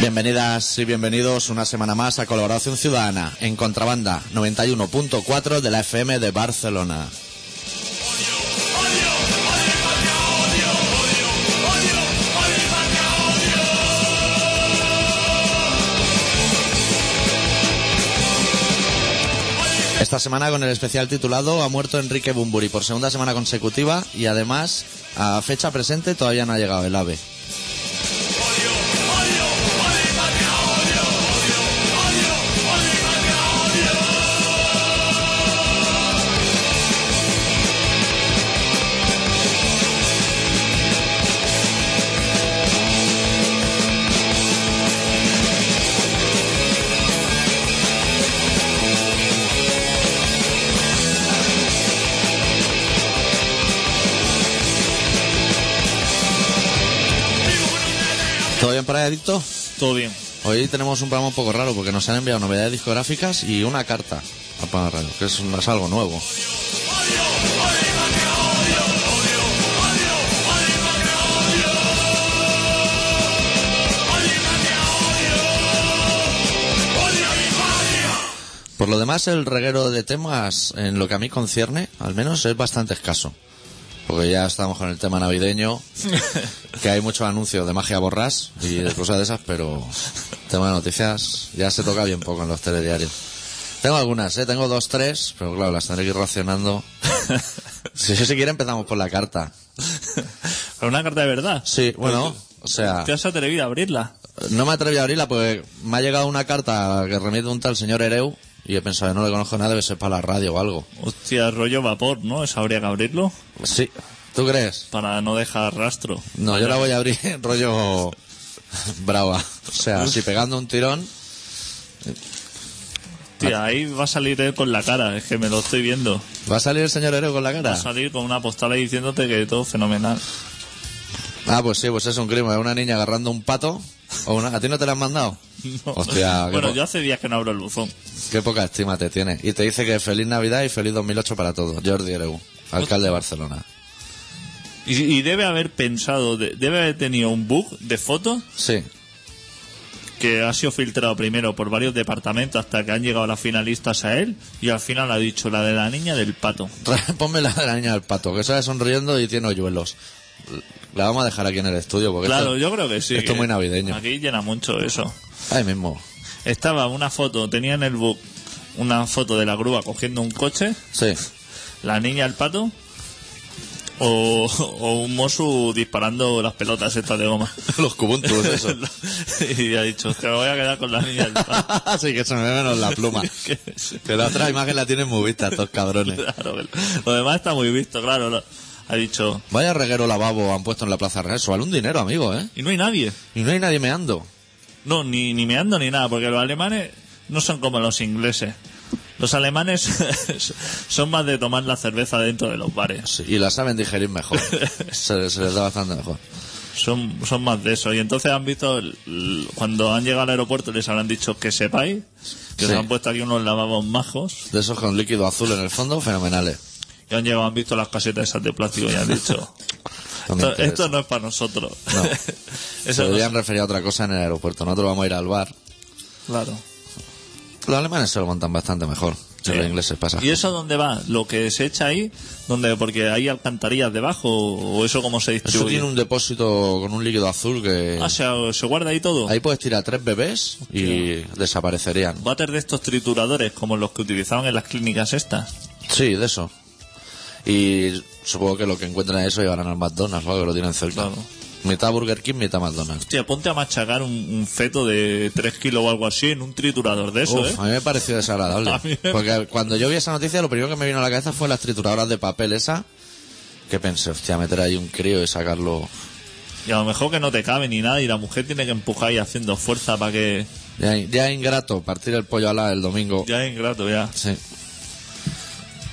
Bienvenidas y bienvenidos una semana más a Colaboración Ciudadana en Contrabanda 91.4 de la FM de Barcelona. Esta semana con el especial titulado Ha muerto Enrique Bumburi por segunda semana consecutiva y además a fecha presente todavía no ha llegado el AVE. ¿Todo bien por ahí, Adicto? Todo bien. Hoy tenemos un programa un poco raro porque nos han enviado novedades discográficas y una carta a Pan Radio, que es, un- es algo nuevo. Por lo demás, el reguero de temas, en lo que a mí concierne, al menos es bastante escaso. Porque ya estamos con el tema navideño, que hay muchos anuncios de magia borrás y de cosas de esas, pero el tema de noticias ya se toca bien poco en los telediarios. Tengo algunas, ¿eh? tengo dos, tres, pero claro, las tendré que ir racionando. Si, si quiere empezamos por la carta. Pero una carta de verdad. Sí, bueno, o sea, ¿Te has atrevido a abrirla? no me atreví a abrirla porque me ha llegado una carta que remite un tal señor Ereu y he pensado, no le conozco nada, debe ser para la radio o algo. Hostia, rollo vapor, ¿no? Eso habría que abrirlo Sí, ¿tú crees? para no dejar rastro. No, yo la voy a abrir rollo brava. O sea, si pegando un tirón, Ah. Hostia, ahí va a salir él con la cara, es que me lo estoy viendo. ¿va a salir el señor Ereu con la Va a cara? salir con una postal ahí diciéndote que todo fenomenal. Ah, pues sí, pues es un crimen. Una niña agarrando un pato. O una... ¿A ti no te la han mandado? No. Hostia, qué, bueno, po- yo hace días que no abro el buzón. qué poca estima te tiene. Y te dice que feliz Navidad y feliz 2008 para todos. Jordi Ereu, alcalde de Barcelona. Y, y debe haber pensado, de- debe haber tenido un bug de fotos Sí, que ha sido filtrado primero por varios departamentos hasta que han llegado las finalistas a él y al final ha dicho la de la niña del pato. Tra- Ponme la de la niña del pato, que sale sonriendo y tiene hoyuelos. La vamos a dejar aquí en el estudio porque Claro, Pues esto- yo creo que sí. esto que muy navideño. Aquí llena mucho eso. ahí mismo. Estaba una foto, tenía en el book una foto de la grúa cogiendo un coche, Sí. la niña el pato, o, o un Mosu disparando las pelotas estas de goma. Los cubuntos, eso. y ha dicho, que me voy a quedar con la niña del pato. Así que se me ve menos la pluma. Que la otra imagen la tienen muy vista estos cabrones. Claro, lo demás está muy visto, claro. lo- ha dicho, Vaya reguero lavabo han puesto en la Plaza Real. Eso vale un dinero, amigo, ¿eh? y no hay nadie. Y no hay nadie meando. No, ni, ni meando ni nada, porque los alemanes no son como los ingleses. Los alemanes son más de tomar la cerveza dentro de los bares. Sí, y la saben digerir mejor. Se, se les da bastante mejor. Son, son más de eso. Y entonces han visto, el- el- cuando han llegado al aeropuerto, les habrán dicho que sepáis que Sí. se han puesto aquí unos lavabos majos. De esos con líquido azul en el fondo, fenomenales. Y han llegado, han visto las casetas esas de plástico y han dicho, No me esto, interesa. esto no es para nosotros. No. Se eso no- deberían referir a otra cosa en el aeropuerto. Nosotros vamos a ir al bar. claro. Los alemanes se lo montan bastante mejor. Que los ingleses pasa. ¿Y eso dónde va? ¿Lo que se echa ahí? ¿Dónde? Porque hay alcantarillas debajo o eso cómo se Eso distribuye. tiene un depósito con un líquido azul que... Ah, se, se guarda ahí todo. Ahí puedes tirar tres bebés y desaparecerían. Váter de estos trituradores como los que utilizaban en las clínicas estas. Sí, de eso. Y supongo que lo que encuentran eso llevarán al McDonald's o algo que lo tienen cerca. Claro. Mitad Burger King, mitad McDonald's. Hostia, ponte a machacar un, un feto de 3 kilos o algo así en un triturador de eso, Uf, A ¿eh? mí me pareció desagradable. A mí me- Porque cuando yo vi esa noticia, lo primero que me vino a la cabeza fue las trituradoras de papel esa. Que pensé, hostia, meter ahí un crío y sacarlo. Y a lo mejor que no te cabe ni nada y la mujer tiene que empujar y haciendo fuerza para que... Ya, ya ingrato, partir el pollo a la el domingo. Ya es ingrato, ya. Sí.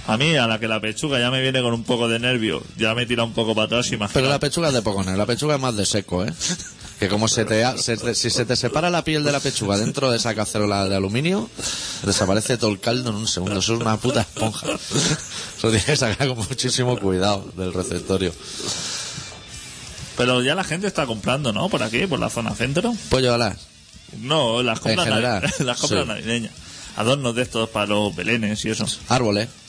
A mí, a la que la pechuga ya me viene con un poco de nervio, ya me tira un poco para atrás y más. Pero la pechuga es de pocones, la pechuga es más de seco, ¿eh? Que como se te, ha- se te- si se te separa la piel de la pechuga dentro de esa cacerola de aluminio, desaparece todo el caldo en un segundo. Eso es una puta esponja. Eso tienes que sacar con muchísimo cuidado del receptorio. Pero ya la gente está comprando, ¿no? Por aquí, por la zona centro. Pues, Pollo alas. No, las compras, En general, nave- las compras sí. navideñas. Adornos de estos para los belenes y eso. Árboles. ¿eh?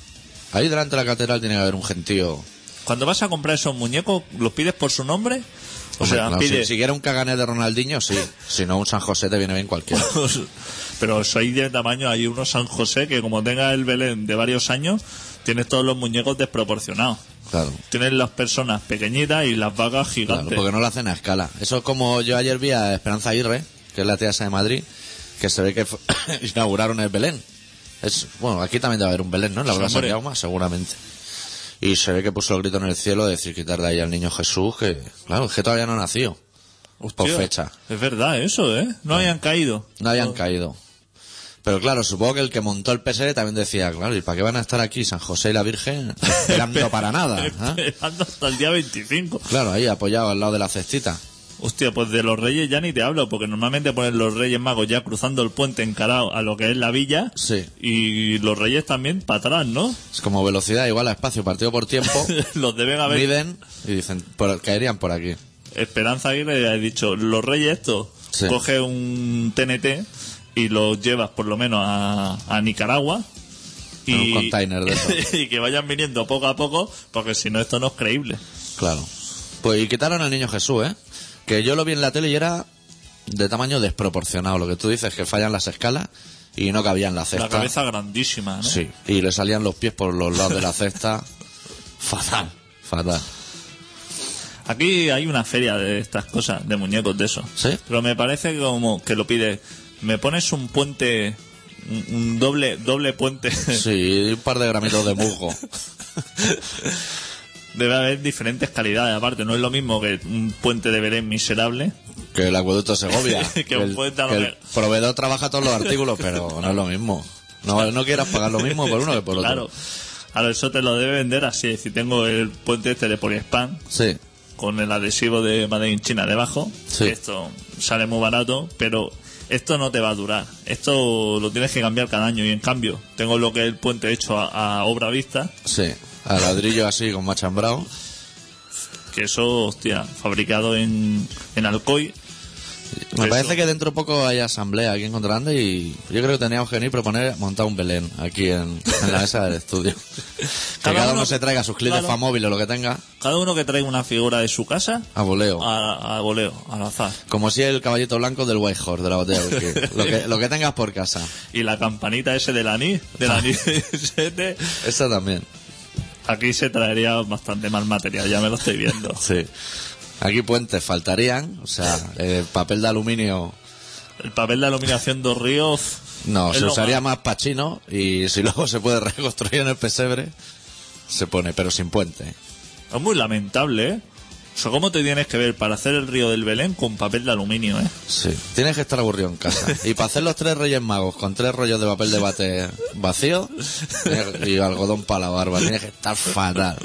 Ahí delante de la catedral tiene que haber un gentío. Cuando vas a comprar esos muñecos, ¿los pides por su nombre? O sea, Claro, pides... si, si quiere un cagané de Ronaldinho, sí. Si no, un San José te viene bien cualquiera. Pero soy de tamaño, hay uno San José que como tenga el Belén de varios años, tienes todos los muñecos desproporcionados. Claro. Tienes las personas pequeñitas y las vacas Claro, gigantes. porque no lo hacen a escala. Eso es como yo ayer vi a Esperanza Aguirre, que es la tía esa de Madrid, que se ve que fu- inauguraron el Belén. Es, bueno, aquí también debe haber un Belén, ¿no? En la Sí, Plaza hombre. de Jaume, seguramente. Y se ve que puso el grito en el cielo de decir quitar de ahí al niño Jesús, que claro, es que todavía no nació. Por Tío, fecha. Es verdad eso, ¿eh? No habían caído. No habían caído. Pero claro, supongo que el que montó el PSE también decía, claro, ¿y para qué van a estar aquí San José y la Virgen esperando para nada? ¿ah? Esperando hasta el día 25. Claro, ahí apoyado al lado de la cestita. Hostia, pues de los reyes ya ni te hablo, porque normalmente ponen los reyes magos ya cruzando el puente encarado a lo que es la villa. Sí. Y los reyes también para atrás, ¿no? Es como velocidad igual a espacio, partido por tiempo. los deben haber miden y dicen, por- caerían por aquí. Esperanza Aguirre le ha dicho, los reyes estos, Sí. coge un TNT y los llevas por lo menos a, a Nicaragua. En un container de y que vayan viniendo poco a poco, porque si no esto no es creíble. Claro. Pues y quitaron al niño Jesús, ¿eh? Que yo lo vi en la tele y era de tamaño desproporcionado. Lo que tú dices, que fallan las escalas y no cabían la cesta. La cabeza grandísima, ¿no? Sí. Y le salían los pies por los lados de la cesta. fatal, fatal. Aquí hay una feria de estas cosas, de muñecos de eso. ¿Sí? Pero me parece que como que lo pides, me pones un puente, un, un doble, doble puente. Sí, y un par de gramitos de musgo. Debe haber diferentes calidades, aparte, no es lo mismo que un puente de Belén miserable. Que el acueducto de Segovia. Que un puente a lo que mejor. proveedor trabaja todos los artículos, pero no es lo mismo. No, no quieras pagar lo mismo por uno que por otro. Claro. Ahora eso te lo debe vender así. Si tengo el puente este de Poliespan Sí. con el adhesivo de Made in China debajo, Sí. esto sale muy barato, pero esto no te va a durar. Esto lo tienes que cambiar cada año y en cambio tengo lo que es el puente hecho a, a obra vista, Sí, a ladrillo así con machambrao. que eso, hostia, fabricado en, en Alcoy. Me Eso. parece que dentro de poco hay asamblea aquí en Contralande y yo creo que teníamos que venir proponer montar un Belén aquí en, en la mesa del estudio. que Cada cada, uno, uno- se traiga sus clips claro. de móvil o lo que tenga Cada uno que traiga una figura de su casa a voleo. a, a voleo, al azar. Como si el caballito blanco del White Horse, de la botella de whisky. lo, que, lo que tengas por casa. Y la campanita ese del anís, del anís ese, Esa también, Aquí se traería bastante mal material, ya me lo estoy viendo. sí. Aquí puentes faltarían, o sea, eh, papel de aluminio El papel de aluminación dos ríos. no, es se lo usaría más- más para chino y si luego se puede reconstruir en el pesebre, se pone, pero sin puente. Es muy lamentable, ¿eh? O sea, ¿cómo te tienes que ver para hacer el río del Belén con papel de aluminio, eh? Sí, tienes que estar aburrido en casa. Y para hacer los tres reyes magos con tres rollos de papel de bate vacío tienes- y algodón para la barba, tienes que estar fatal.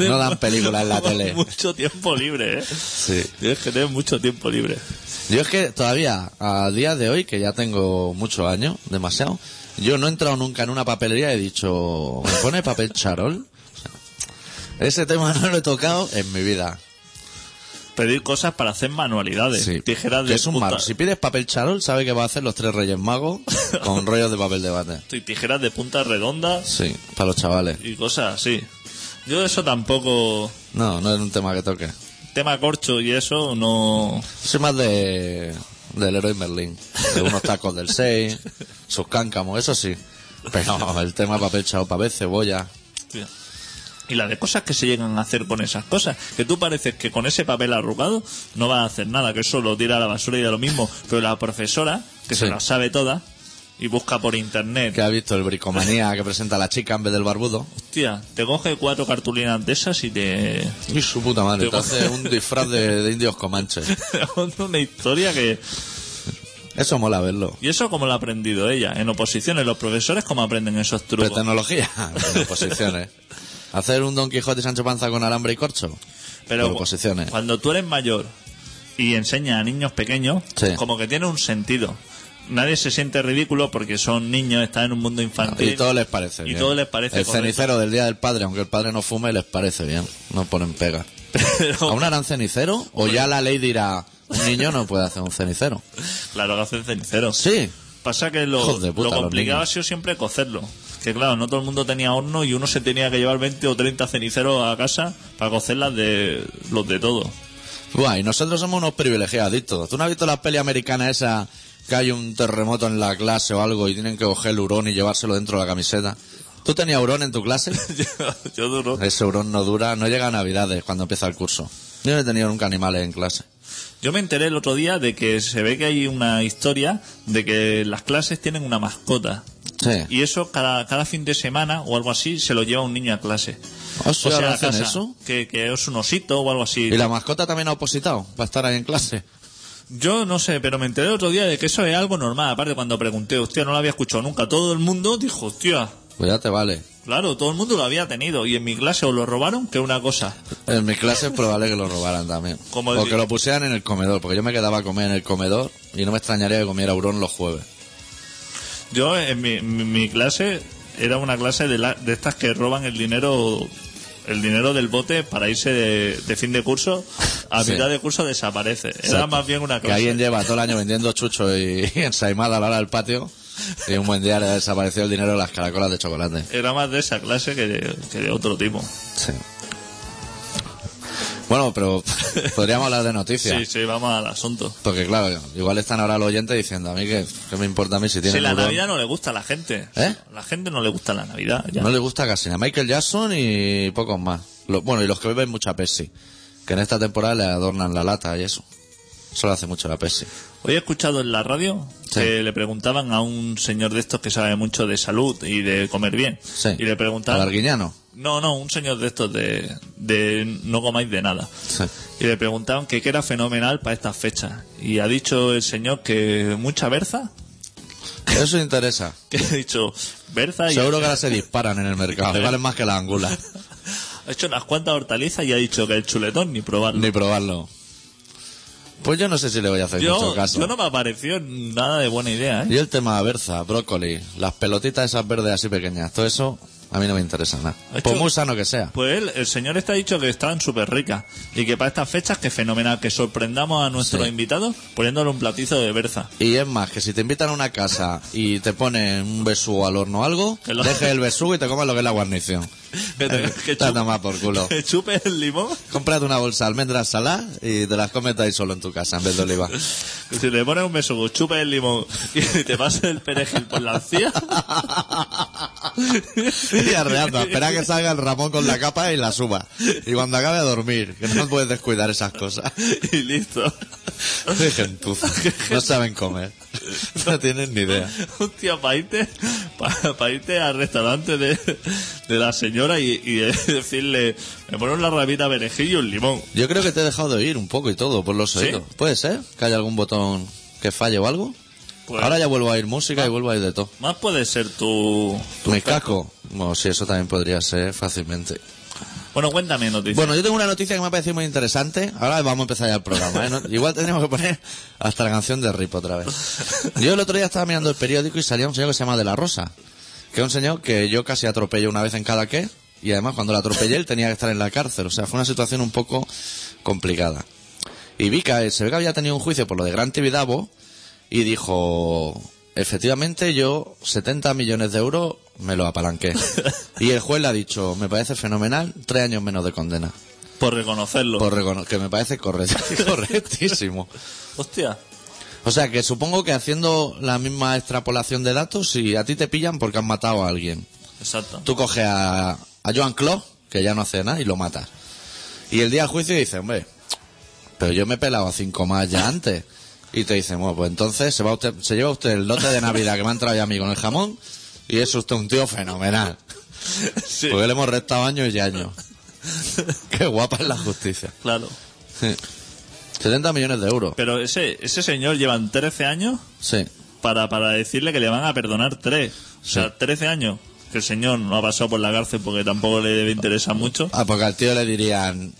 No dan películas en la tele. Mucho tiempo libre, eh. Sí. Tienes que tener mucho tiempo libre. Yo es que todavía, a día de hoy, que ya tengo muchos años, demasiado, yo no he entrado nunca en una papelería y he dicho, ¿me pone papel charol? Ese tema no lo he tocado en mi vida. Pedir cosas para hacer manualidades. Sí. Tijeras Que de es un punta- malo. Si pides papel charol, sabe que va a hacer los tres reyes magos con rollos de papel de bate. y tijeras de punta redonda Sí, para los chavales. y cosas así. Yo eso tampoco... No, no es un tema que toque. Tema corcho y eso no... Soy más de del héroe Merlín. De unos tacos del 6, sus cáncamos, eso sí. Pero el tema papel chao papel, cebolla. Hostia. Y la de cosas que se llegan a hacer con esas cosas. Que tú pareces que con ese papel arrugado no vas a hacer nada, que eso lo tira a la basura y da lo mismo. Pero la profesora, que se Sí. la sabe toda, y busca por internet, Que ha visto el bricomanía que presenta la chica en vez del barbudo. hostia, te coge cuatro cartulinas de esas y te... Y su puta madre, te Digo- hace un disfraz de, de indios comanches. te monta una historia que... Eso mola verlo. Y eso como lo ha aprendido ella, en oposiciones, los profesores como aprenden esos Pero trucos. tecnología, en oposiciones. Hacer un Don Quijote y Sancho Panza con alambre y corcho. Pero Por oposiciones. cuando tú eres mayor y enseñas a niños pequeños, Sí. como que tiene un sentido. Nadie se siente ridículo porque son niños, están en un mundo infantil. Y todo les parece Y bien. todo les parece El correcto. cenicero del día del padre, aunque el padre no fume, les parece bien. No ponen pega. Pero- ¿Aún harán cenicero? ¿O ya la ley dirá, Un niño no puede hacer un cenicero. Claro que hacen ceniceros. Sí. Pasa que lo, Hijos de puta, lo los complicado ha niños. sido siempre cocerlo. Que claro, no todo el mundo tenía horno y uno se tenía que llevar 20 o 30 ceniceros a casa para cocer las de los de todo. Buah, y nosotros somos unos privilegiaditos. ¿Tú no has visto la peli americana esa que hay un terremoto en la clase o algo y tienen que coger el hurón y llevárselo dentro de la camiseta? ¿Tú tenías hurón en tu clase? yo, yo duro. Ese hurón no dura, no llega a Navidades cuando empieza el curso. Yo no he tenido nunca animales en clase. Yo me enteré el otro día de que se ve que hay una historia de que las clases tienen una mascota. Sí. Y eso cada, cada fin de semana o algo así se lo lleva un niño a clase. Hostia, o sea, ¿ahora a hacen casa, eso? Que, que es un osito o algo así. ¿Y la mascota también ha opositado para estar ahí en clase? Yo no sé, pero me enteré el otro día de que eso es algo normal. Aparte, cuando pregunté, hostia, no lo había escuchado nunca. Todo el mundo dijo, hostia, Pues ya te vale. claro, todo el mundo lo había tenido. Y en mi clase o lo robaron, que una cosa. En mi clase es probable que lo robaran también. Como o decir- que lo pusieran en el comedor, porque yo me quedaba a comer en el comedor y no me extrañaría que comiera hurón los jueves. Yo, en mi, mi- mi clase, era una clase de, la- de estas que roban el dinero el dinero del bote para irse de, de fin de curso. A Sí. mitad de curso desaparece. Era Exacto. más bien una Que clase. alguien lleva todo el año vendiendo chucho y, y ensaimada a la hora del patio y un buen día le desapareció el dinero de las caracolas de chocolate. Era más de esa clase que de, que de otro tipo. Sí. Bueno, pero podríamos hablar de noticias. Sí, sí, vamos al asunto. Porque claro, igual están ahora los oyentes diciendo a mí que, que me importa a mí si tienen Si la hurón. Navidad no le gusta a la gente. ¿Eh? La gente no le gusta la Navidad. ya. No le gusta casi nada. Michael Jackson y pocos más. Lo- bueno, y los que beben mucha Pepsi. Que en esta temporada le adornan la lata y eso. Eso lo hace mucho la Pepsi. Hoy he escuchado en la radio Sí. que le preguntaban a un señor de estos que sabe mucho de salud y de comer bien. Sí. Y le Al preguntaban... Arguiñano. No, no, un señor de estos de, de no comáis de nada. Sí. Y le preguntaban que qué era fenomenal para estas fechas. Y ha dicho el señor que mucha berza. Eso interesa. Que he dicho berza y Seguro que ahora se disparan en el mercado. Valen más que las angulas. ha hecho unas cuantas hortalizas y ha dicho que el chuletón ni probarlo. Ni probarlo. Pues yo no sé si le voy a hacer mucho yo, caso. yo no me ha parecido nada de buena idea, ¿eh? Y el tema de berza, brócoli, las pelotitas esas verdes así pequeñas, todo eso a mí no me interesa nada. Ha hecho- Por muy sano que sea. Pues él, el señor está dicho que estaban súper ricas y que para estas fechas que fenomenal, que sorprendamos a nuestros Sí. invitados poniéndole un platizo de berza. Y es más, que si te invitan a una casa y te ponen un besugo al horno o algo, Que lo- dejes el besugo y te comas lo que es la guarnición. Que, te- que Te has chupe- tomado por culo. que chupe el limón. Cómprate una bolsa de almendras saladas y te las comes ahí solo en tu casa en vez de oliva. Si le pones un beso, chupa el limón y te pasas el perejil por la encía, y arreando, espera que salga el Ramón con la capa y la suba. Y cuando acabe a dormir, que no puedes descuidar esas cosas. y listo. Qué gentuza. No saben comer. No tienen ni idea. Hostia, para irte, pa- pa irte al restaurante de, de la señora y, y decirle, me pones la rabita perejil y un limón. Yo creo que te he dejado de oír un poco y todo por los oídos. ¿Puede ser que haya algún botón que falle o algo? Pues- Ahora ya vuelvo a ir música y vuelvo a ir de todo. Más puede ser tu... ¿Mis casco? Bueno, sí, eso también podría ser fácilmente. Bueno, cuéntame noticias. Bueno, yo tengo una noticia que me ha parecido muy interesante. Ahora vamos a empezar ya el programa. ¿eh? No- Igual tenemos que poner hasta la canción de Rip otra vez. Yo el otro día estaba mirando el periódico y salía un señor que se llama De la Rosa. Que es un señor que yo casi atropello una vez en cada que. Y además cuando lo atropellé él tenía que estar en la cárcel. O sea, fue una situación un poco complicada. Y vi que eh, se ve que había tenido un juicio por lo de Gran Tibidabo y dijo, efectivamente yo 70 millones de euros me lo apalanqué. y el juez le ha dicho, me parece fenomenal, tres años menos de condena. Por reconocerlo. Por Pues recono- que me parece correct- correctísimo. Hostia. O sea que supongo que haciendo la misma extrapolación de datos, si a ti te pillan porque has matado a alguien, Exacto. tú coges a, a Joan Claus, que ya no hace nada, y lo matas. Y el día del juicio dice, hombre, pero yo me he pelado a cinco más ya antes. Y te dicen, bueno, pues entonces se, va usted, se lleva usted el lote de Navidad que me ha entrado ya a mí con el jamón, y es usted un tío fenomenal. Sí, Porque le hemos restado años y años. Qué guapa es la justicia. claro. 70 millones de euros. Pero ese, ese señor llevan 13 años Sí. para, para decirle que le van a perdonar 3. O sea, Sí. 13 años. Que el señor no ha pasado por la cárcel porque tampoco le debe interesar mucho. Ah, porque al tío le dirían,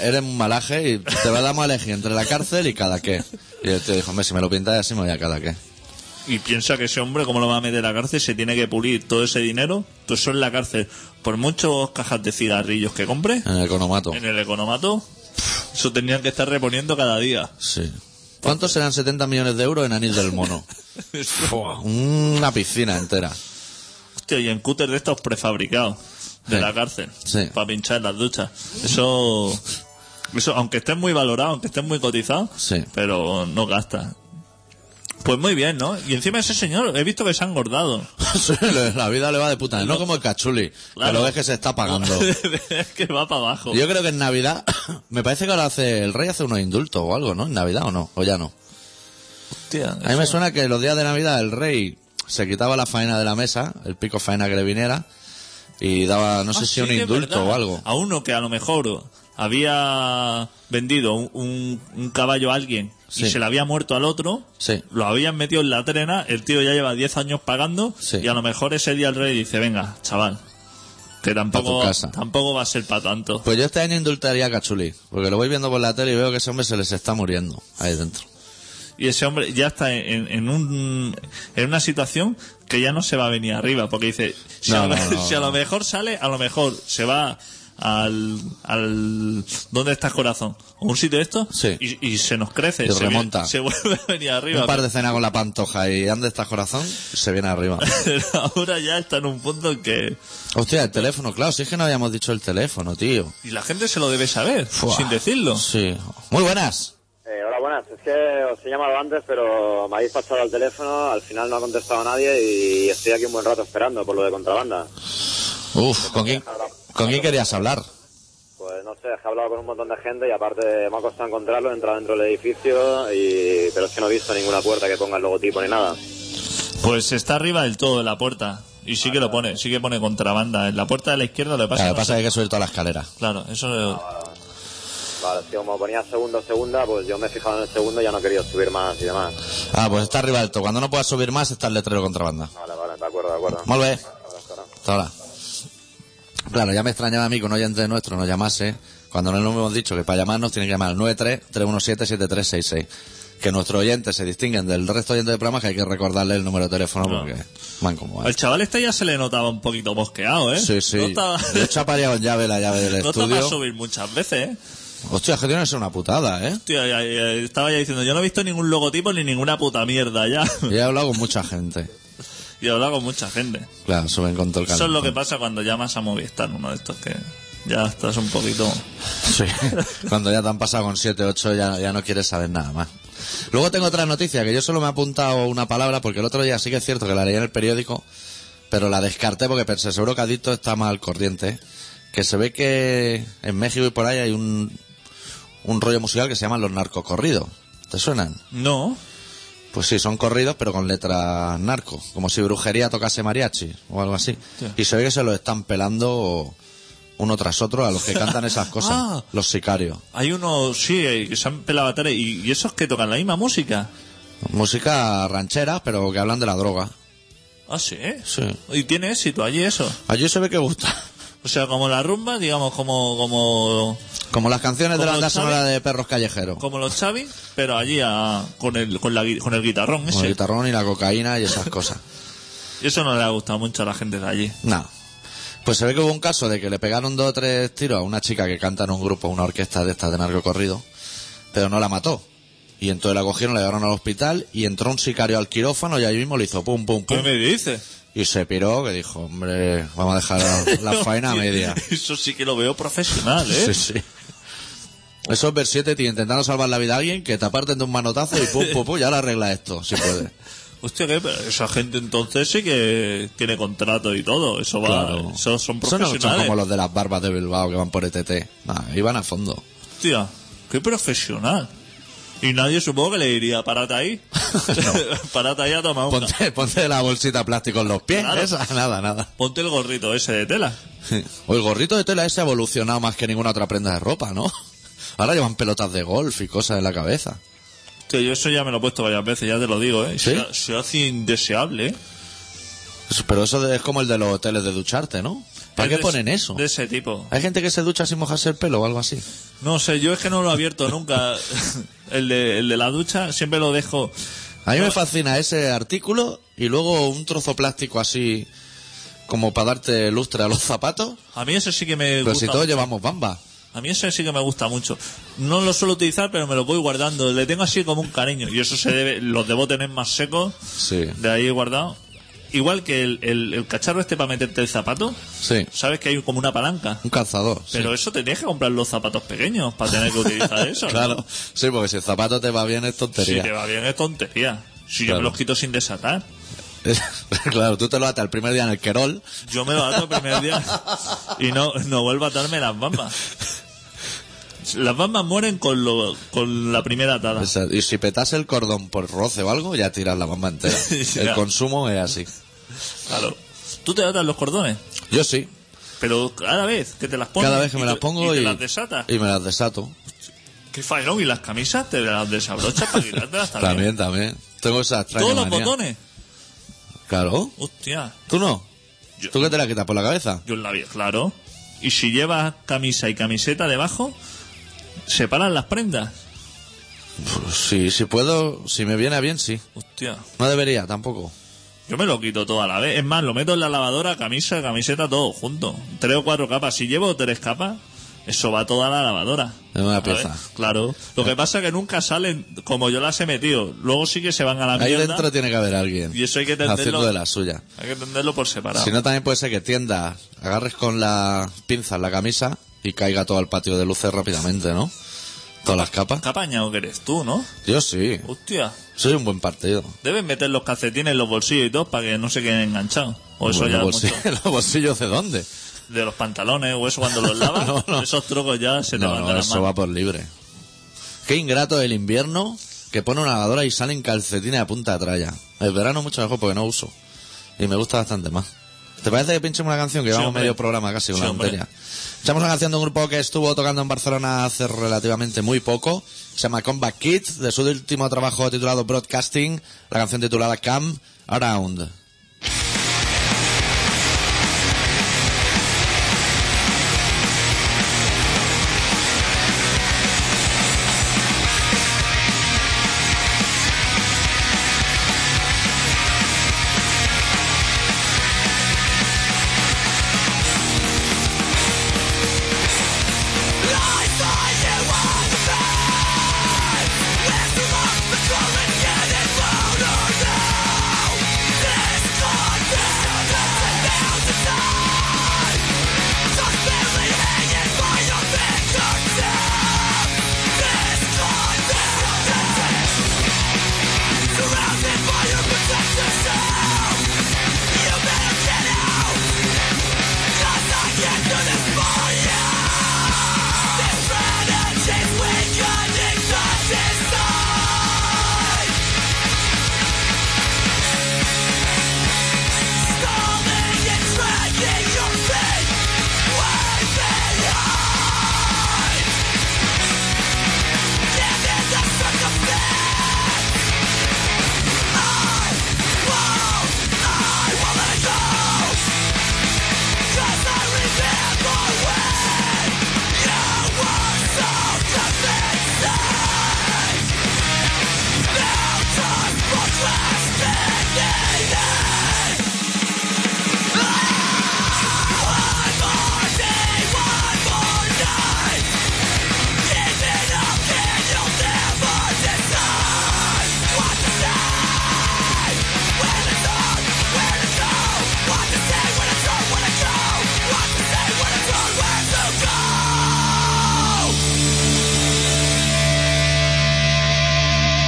eres un malaje y te va a dar a elegir entre la cárcel y cada qué. Y el tío dijo, hombre, si me lo pintas así me voy a cada qué. Y piensa que ese hombre, ¿cómo lo va a meter a la cárcel? Se tiene que pulir todo ese dinero. Todo eso en la cárcel. Por muchos cajas de cigarrillos Ah, que compre En el economato. en el economato, eso tendrían que estar reponiendo cada día. Sí. ¿Cuántos serán 70 millones de euros en Anil del Mono? Fua, Una piscina entera. Hostia, y en cúter de estos prefabricados de Sí. la cárcel Sí. para pinchar en las duchas. Eso, eso, aunque estén muy valorados, aunque estén muy cotizados, Sí. pero no gasta. Pues muy bien, ¿no? Y encima ese señor, he visto que se ha engordado. Sí, le- la vida le va de puta. No como el cachuli, que Claro. lo ves que se está pagando. es que va para abajo. Yo creo que en Navidad, me parece que ahora hace, el rey hace unos indultos o algo, ¿no? En Navidad o no, o ya no. Hostia, A mí me eso- suena que los días de Navidad el rey se quitaba la faena de la mesa, el pico faena que le viniera, y daba, no sé Ah, si sí, un que es indulto verdad. o algo. A uno que a lo mejor había vendido un, un- un caballo a alguien Sí. y se le había muerto al otro, Sí. lo habían metido en la trena, el tío ya lleva 10 años pagando Sí. y a lo mejor ese día el rey dice, venga, chaval, que tampoco, Pa' tu casa. tampoco va a ser para tanto. Pues yo este año indultaría a Cachuli, porque lo voy viendo por la tele y veo que ese hombre se les está muriendo ahí dentro. Y ese hombre ya está en, en un, en una situación que ya no se va a venir arriba, porque dice, si, No, a, lo, no, no, si a no. lo mejor sale, a lo mejor se va al... al ¿Dónde estás, corazón? ¿O un sitio de esto? Sí. Y, y se nos crece. Y se, vi- remonta. se vuelve a venir arriba. Un par de cenas con la pantoja y anda estás corazón, se viene arriba. Pero ahora ya está en un punto en que... Hostia, el teléfono, claro, si es que no habíamos dicho el teléfono, tío. Y la gente se lo debe saber, Fua. sin decirlo. Sí. Muy buenas. Eh, hola, buenas. Es que os he llamado antes, pero me habéis pasado al teléfono, al final no ha contestado nadie y estoy aquí un buen rato esperando por lo de contrabanda. Uf, ¿con quién, ¿con quién querías hablar? Pues no sé, es que he hablado con un montón de gente y aparte me ha costado encontrarlo, he entrado dentro del edificio, y... pero es que no he visto ninguna puerta que ponga el logotipo ni nada. Pues está arriba del todo de la puerta. Y sí que lo pone, sí que pone contrabanda. En la puerta de la izquierda lo que pasa, Claro, Lo no que pasa sé. es que hay que subir toda la escalera. Claro, eso... Vale, es que como ponía segundo, segunda, pues yo me he fijado en el segundo y ya no he querido subir más y demás. Ah, pues está arriba del todo. Cuando no puedas subir más, está el letrero contrabanda. Vale, vale, de acuerdo, de acuerdo. Muy bien. Ahora, ahora. Hasta ahora. Claro, ya me extrañaba a mí que un oyente nuestro nos llamase. Cuando no nos hemos dicho que para llamarnos tienen que llamar al 93-317-7366. Que nuestros oyentes se distinguen del resto de oyentes de programas que hay que recordarle el número de teléfono No. porque van como van. Al chaval este ya se le notaba un poquito bosqueado, ¿eh? Sí, sí. No estaba, De hecho, ha pareado en llave la llave del no estaba a estudio. subir muchas veces, ¿eh? Hostia, es que tiene que ser una putada, ¿eh? Tío, ya- ya- estaba ya diciendo, yo no he visto ningún logotipo ni ninguna puta mierda ya. Y he hablado con mucha gente. y he hablado con mucha gente. Claro, suben con todo el Eso es lo que calentón. pasa cuando llamas a Movistar, uno de estos que ya estás un poquito... Sí. Cuando ya te han pasado con 7, 8, ya, ya no quieres saber nada más. Luego tengo otra noticia que yo solo me he apuntado una palabra porque el otro día sí que es cierto que la leí en el periódico, pero la descarté porque pensé, seguro que Adicto está mal corriente. ¿eh? Que se ve que en México y por ahí hay un, un rollo musical que se llama Los Narcocorridos. ¿Te suenan? No, Pues sí, son corridos pero con letras narco, como si brujería tocase mariachi o algo así. Ya. Y se ve que se los están pelando uno tras otro a los que cantan esas cosas, Ah. los sicarios. hay uno, sí, eh, que se han pelado a tres, y, y esos que tocan la misma música. Música ranchera, pero que hablan de la droga. Ah, sí, Sí. Y tiene éxito allí eso. Allí se ve que gusta. O sea, como la rumba, digamos, como como Como las canciones Como de la banda los Xavi. sonora de Perros Callejeros. como los Xavi, pero allí a- con el con, la, gui- con el guitarrón Con el ese. guitarrón y la cocaína y esas cosas. Y eso no le ha gustado mucho a la gente de allí. Nada. Pues se ve que hubo un caso de que le pegaron dos o tres tiros a una chica que canta en un grupo, una orquesta de estas de narco corrido, pero no la mató. Y entonces la cogieron, la llevaron al hospital y entró un sicario al quirófano y ahí mismo le hizo pum, pum, pum. ¿Qué me dices? Y se piró que dijo, hombre, vamos a dejar la, la faena a media. Eso sí que lo veo profesional, ¿eh? Sí, sí. Eso es ver 7, tío, intentando salvar la vida a alguien que te aparten de un manotazo y pum, pum, pum, ya lo arregla esto, si puede. Hostia, que pero esa gente entonces sí que tiene contrato y todo. Eso va. Claro. Eso son Eso no son profesionales. como los de las barbas de Bilbao que van por ETT. Nah, iban a fondo. Hostia, qué profesional. Y nadie supongo que le diría, parate ahí. parate ahí a tomar una. Ponte... Ponte, ponte la bolsita plástico en los pies. Claro. esa, nada, nada. el gorrito ese de tela. O el gorrito de tela ese ha evolucionado más que ninguna otra prenda de ropa, ¿no? Ahora llevan pelotas de golf y cosas en la cabeza. Hostia, yo eso ya me lo he puesto varias veces, ya te lo digo, ¿eh? ¿Sí? Se, ha- se hace indeseable, ¿eh? Eso- Pero eso de- es como el de los hoteles de ducharte, ¿no? ¿Para Es qué de ponen ese- eso? De ese tipo. Hay gente que se ducha sin mojarse el pelo o algo así. No sé, yo es que no lo he abierto nunca. el, de, el de la ducha siempre lo dejo. A mí me fascina ese artículo y luego un trozo plástico así como para darte lustre a los zapatos. A mí eso sí que me Pero gusta. si todos llevamos bamba. A mí ese sí que me gusta mucho. No lo suelo utilizar, pero me lo voy guardando. Le tengo así como un cariño. Y eso se debe, los debo tener más secos. Sí. De ahí guardado. Igual que el, el- el cacharro este para meterte el zapato. Sí. Sabes que hay como una palanca. Un calzador. sí. Pero eso tenías que comprar los zapatos pequeños para tener que utilizar eso. ¿no? Claro. Sí, porque si el zapato te va bien es Si tontería. te va bien es tontería. Si yo Claro. me los quito sin desatar. claro, tú te lo atas el primer día en el querol. Yo me lo ato el primer día y no, no vuelvo a atarme las bambas. Las bambas mueren con, lo, con la primera atada. Esa- Y si petas el cordón por roce o algo, ya tiras la bomba entera. Ya. El consumo es así. Claro. Tú te atas los cordones, Yo sí. pero cada vez que te las pones. Cada vez que y me te- las pongo y. y, te las desatas. y me las desato. Qué faenón, y las camisas te las desabrochas para quitártelas también. También, también. Tengo esa extraña Todos los manía. botones. Claro. Hostia. ¿Tú no? Yo- ¿Tú qué te la quitas por la cabeza? Yo en la vida, claro. Y si llevas camisa y camiseta debajo, separan las prendas. Pues sí, si puedo, si me viene bien, sí. Hostia. No debería tampoco. Yo me lo quito todo a la vez. Es más, lo meto en la lavadora, camisa, camiseta, todo junto. Tres o cuatro capas. Si llevo tres capas, eso va toda la lavadora. En una A ver, pieza. Claro. Lo que pasa es que nunca salen como yo las he metido. Luego sí que se van a la Ahí mierda. dentro tiene que haber alguien. Y eso hay que entenderlo. Haciendo de la suya. Hay que entenderlo por separado. Si no, también puede ser que tiendas, agarres con la pinza la camisa y caiga todo al patio de luces rápidamente, ¿no? Todas las capas. Capañao que eres tú, ¿no? Yo sí. Hostia. Soy un buen partido. Debes meter los calcetines en los bolsillos y todo para que no se queden enganchados. O eso Bueno, pues ya mucho. los, bolsillos, los bolsillos de dónde? De los pantalones o eso cuando los lavas. No, no. Esos trucos ya se te No, van de no, las eso manos. va por libre. Qué ingrato el invierno que pone una lavadora y salen calcetines a punta de tralla. El verano mucho mejor porque no uso. Y me gusta bastante más. ¿Te parece que pinchemos una canción? Que Sí, llevamos hombre. medio programa casi con Sí, la hombre. tontería. Echamos una canción de un grupo que estuvo tocando en Barcelona hace relativamente muy poco. Se llama Combat Kids, de su último trabajo titulado Broadcasting, la canción titulada Come Around.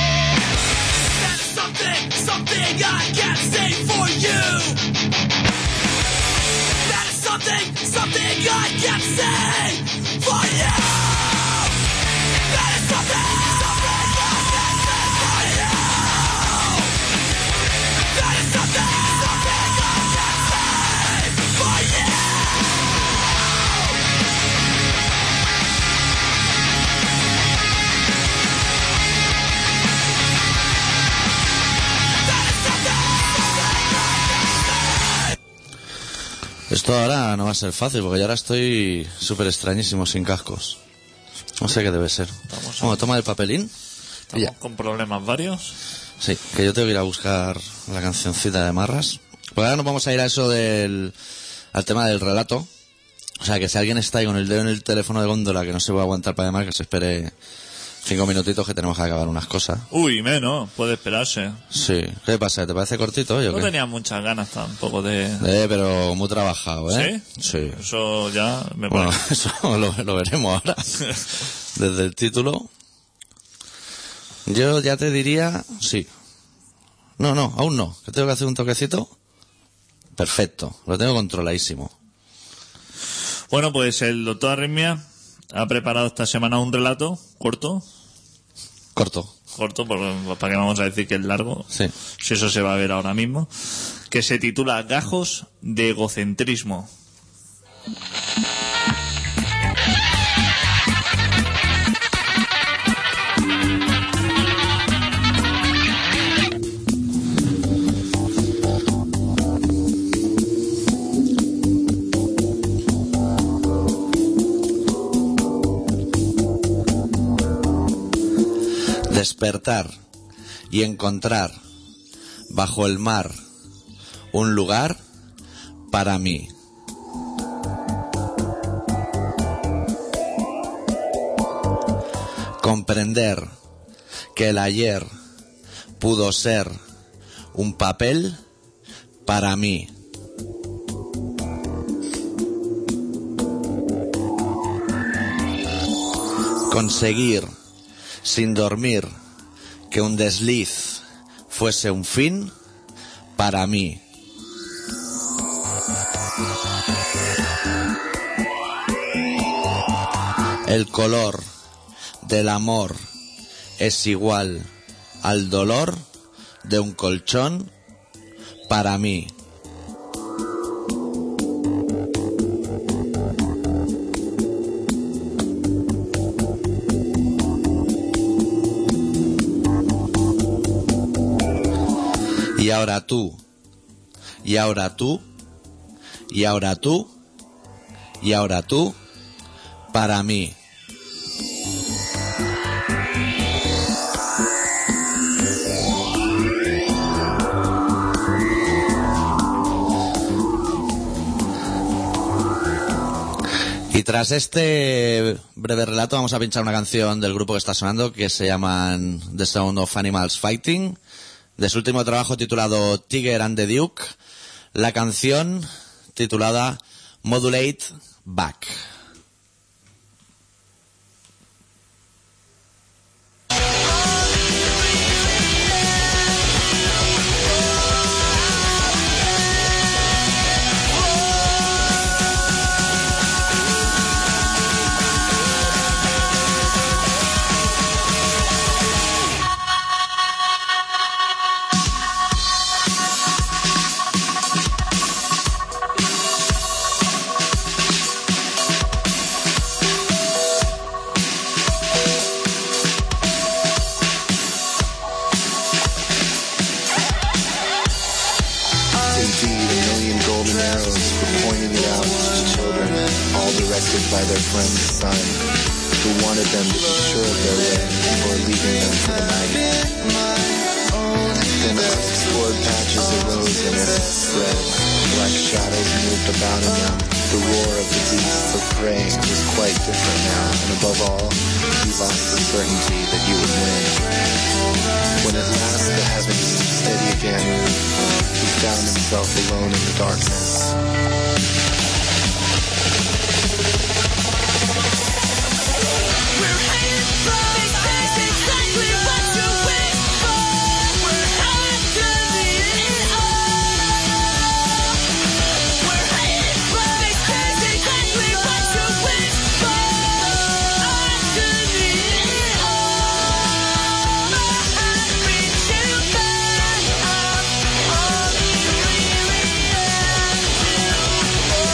That is something, something I can't say for you. That is something, something I can't say for you. That is something, something I can't say for you. That is something, something I can't say for you. That is something, something I can't say. Esto ahora no va a ser fácil porque yo ahora estoy súper extrañísimo sin cascos. No sé qué debe ser. Vamos, toma el papelín. y Estamos con problemas varios. ya. Sí, que yo tengo que ir a buscar la cancioncita de Marras. Pues ahora nos vamos a ir a eso del. al tema del relato. O sea, que si alguien está ahí con el dedo en el teléfono de góndola que no se va a aguantar para llamar, que se espere cinco minutitos que tenemos que acabar unas cosas. Uy, menos, puede esperarse. Sí. ¿Qué pasa? ¿Te parece cortito hoy o No qué? tenía muchas ganas tampoco de... Eh, pero muy trabajado, ¿eh? ¿Sí? Sí. Eso ya me Bueno, parece. eso lo, lo veremos ahora. Desde el título. Yo ya te diría sí. No, no, aún no. Que tengo que hacer un toquecito. Perfecto. Lo tengo controladísimo. Bueno, pues el doctor Arritmia ha preparado esta semana un relato corto. Corto. Corto, por- para que vamos a decir que es largo. Sí. Si eso se va a ver ahora mismo. Que se titula Gajos de egocentrismo. Despertar y encontrar bajo el mar un lugar para mí. Comprender que el ayer pudo ser un papel para mí. Conseguir sin dormir que un desliz fuese un fin para mí. El color del amor es igual al dolor de un colchón para mí. Y ahora tú. Y ahora tú. Y ahora tú. Y ahora tú. Para mí. Y tras este breve relato vamos a pinchar una canción del grupo que está sonando que se llaman The Sound of Animals Fighting, de su último trabajo titulado Tiger and the Duke, la canción titulada Modulate Back. Indeed, a million golden arrows were pointing it out to children, all directed by their friend the sun, who wanted them to be sure of their way before leaving them for the night. Then unexplored patches arose and it spread, like shadows moved about in them. The roar of the beasts of prey was quite different now, and above all, you lost the certainty that you would win. When at last the heavens stood steady again, he found himself alone in the darkness. Oh